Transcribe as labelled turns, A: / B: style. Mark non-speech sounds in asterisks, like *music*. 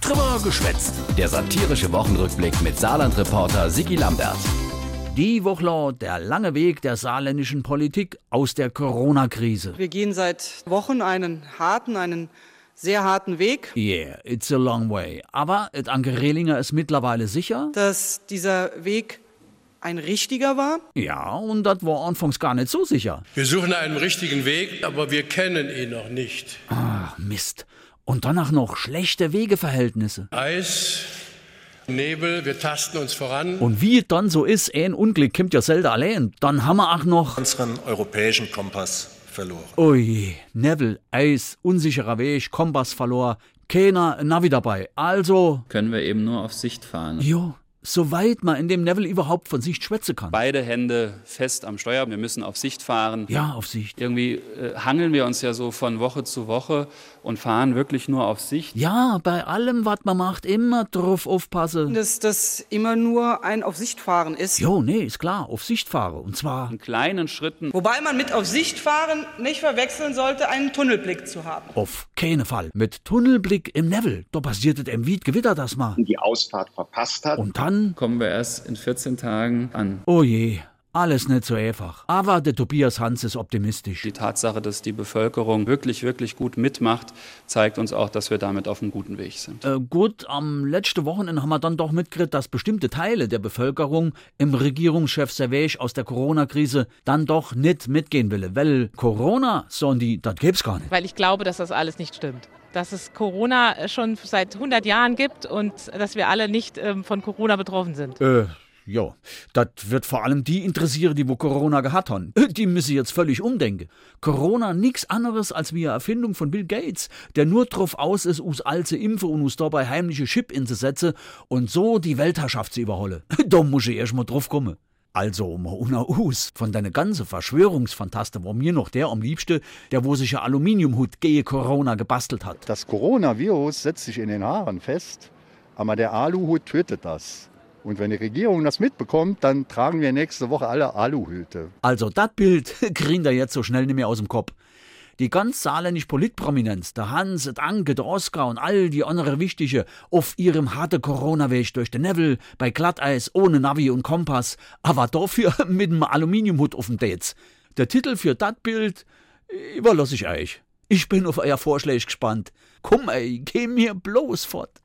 A: Trimmer geschwätzt. Der satirische Wochenrückblick mit Saarland-Reporter Sigi Lambert.
B: Die Woche lang der lange Weg der saarländischen Politik aus der Corona-Krise.
C: Wir gehen seit Wochen einen harten, einen sehr harten Weg,
B: Yeah, it's a long way. Aber et Anke Rehlinger ist mittlerweile sicher.
C: dass dieser Weg ein richtiger war.
B: Ja, und das war anfangs gar nicht so sicher.
D: Wir suchen einen richtigen Weg, aber wir kennen ihn noch nicht.
B: Ach, Mist. Und danach noch schlechte Wegeverhältnisse.
D: Eis, Nebel, wir tasten uns voran.
B: Und wie et dann so ist, ein Unglück kommt ja selten allein. Dann haben wir auch noch.
E: unseren europäischen Kompass verloren.
B: Ui, Neville, Eis, unsicherer Weg, Kompass verlor, keiner Navi dabei. Also,
F: können wir eben nur auf Sicht fahren.
B: jo, soweit man in dem Neville überhaupt von sich schwätzen kann.
F: Beide Hände fest am Steuer, wir müssen auf Sicht fahren.
B: Ja, auf Sicht.
F: Irgendwie äh, hangeln wir uns ja so von Woche zu Woche und fahren wirklich nur auf Sicht.
B: Ja, bei allem, was man macht, immer drauf aufpassen.
C: Dass das immer nur ein Auf Sicht fahren ist.
B: Jo, nee, ist klar, auf Sicht fahre. Und zwar,
F: In kleinen Schritten
C: Wobei man mit Auf Sicht fahren nicht verwechseln sollte, einen Tunnelblick zu haben.
B: auf keinen Fall. Mit Tunnelblick im Neville. Da passiert es im Wied Gewitter das mal.
G: die Ausfahrt verpasst hat.
B: Und dann,
F: kommen wir erst in 14 Tagen an.
B: oh je, alles nicht so einfach. Aber der Tobias Hans ist optimistisch.
F: Die Tatsache, dass die Bevölkerung wirklich, wirklich gut mitmacht, zeigt uns auch, dass wir damit auf einem guten Weg sind.
B: Äh, gut, am letzten Wochenende haben wir dann doch mitgekriegt, dass bestimmte Teile der Bevölkerung im Regierungschef Servais aus der Corona-Krise dann doch nicht mitgehen will. Weil Corona, sondern die, das gäb's gar nicht.
H: weil ich glaube, dass das alles nicht stimmt. Dass es Corona schon seit 100 Jahren gibt und dass wir alle nicht ähm, von Corona betroffen sind.
B: Äh, ja, das wird vor allem die interessieren, die wo Corona gehabt haben. Äh, Die müssen jetzt völlig umdenken. Corona nix anderes als wie eine Erfindung von Bill Gates, der nur drauf aus ist, us alte Impfe und us dabei heimliche Chip inzusetzen und so die Weltherrschaft zu überholen. *laughs* da muss ich erst mal drauf kommen. Also, mal una us, von deiner ganzen Verschwörungsfantaste war mir noch der am liebste, der wo sich ja Aluminiumhut gehe Corona gebastelt hat.
I: Das Coronavirus setzt sich in den Haaren fest, aber der Aluhut tötet das. Und wenn die Regierung das mitbekommt, dann tragen wir nächste Woche alle Aluhüte.
B: Also das Bild *laughs* kriegen wir jetzt so schnell nicht mehr aus dem Kopf. Die ganz saarländische Politprominenz, der Hans, der Anke, der Oskar und all die andere Wichtige, auf ihrem harte Corona-Weg durch den Neville, bei Glatteis, ohne Navi und Kompass, aber dafür *laughs* mit einem Aluminiumhut auf dem Dates. Der Titel für das Bild überlasse ich euch. Ich bin auf euer Vorschläge gespannt. Komm ey, geh mir bloß fort.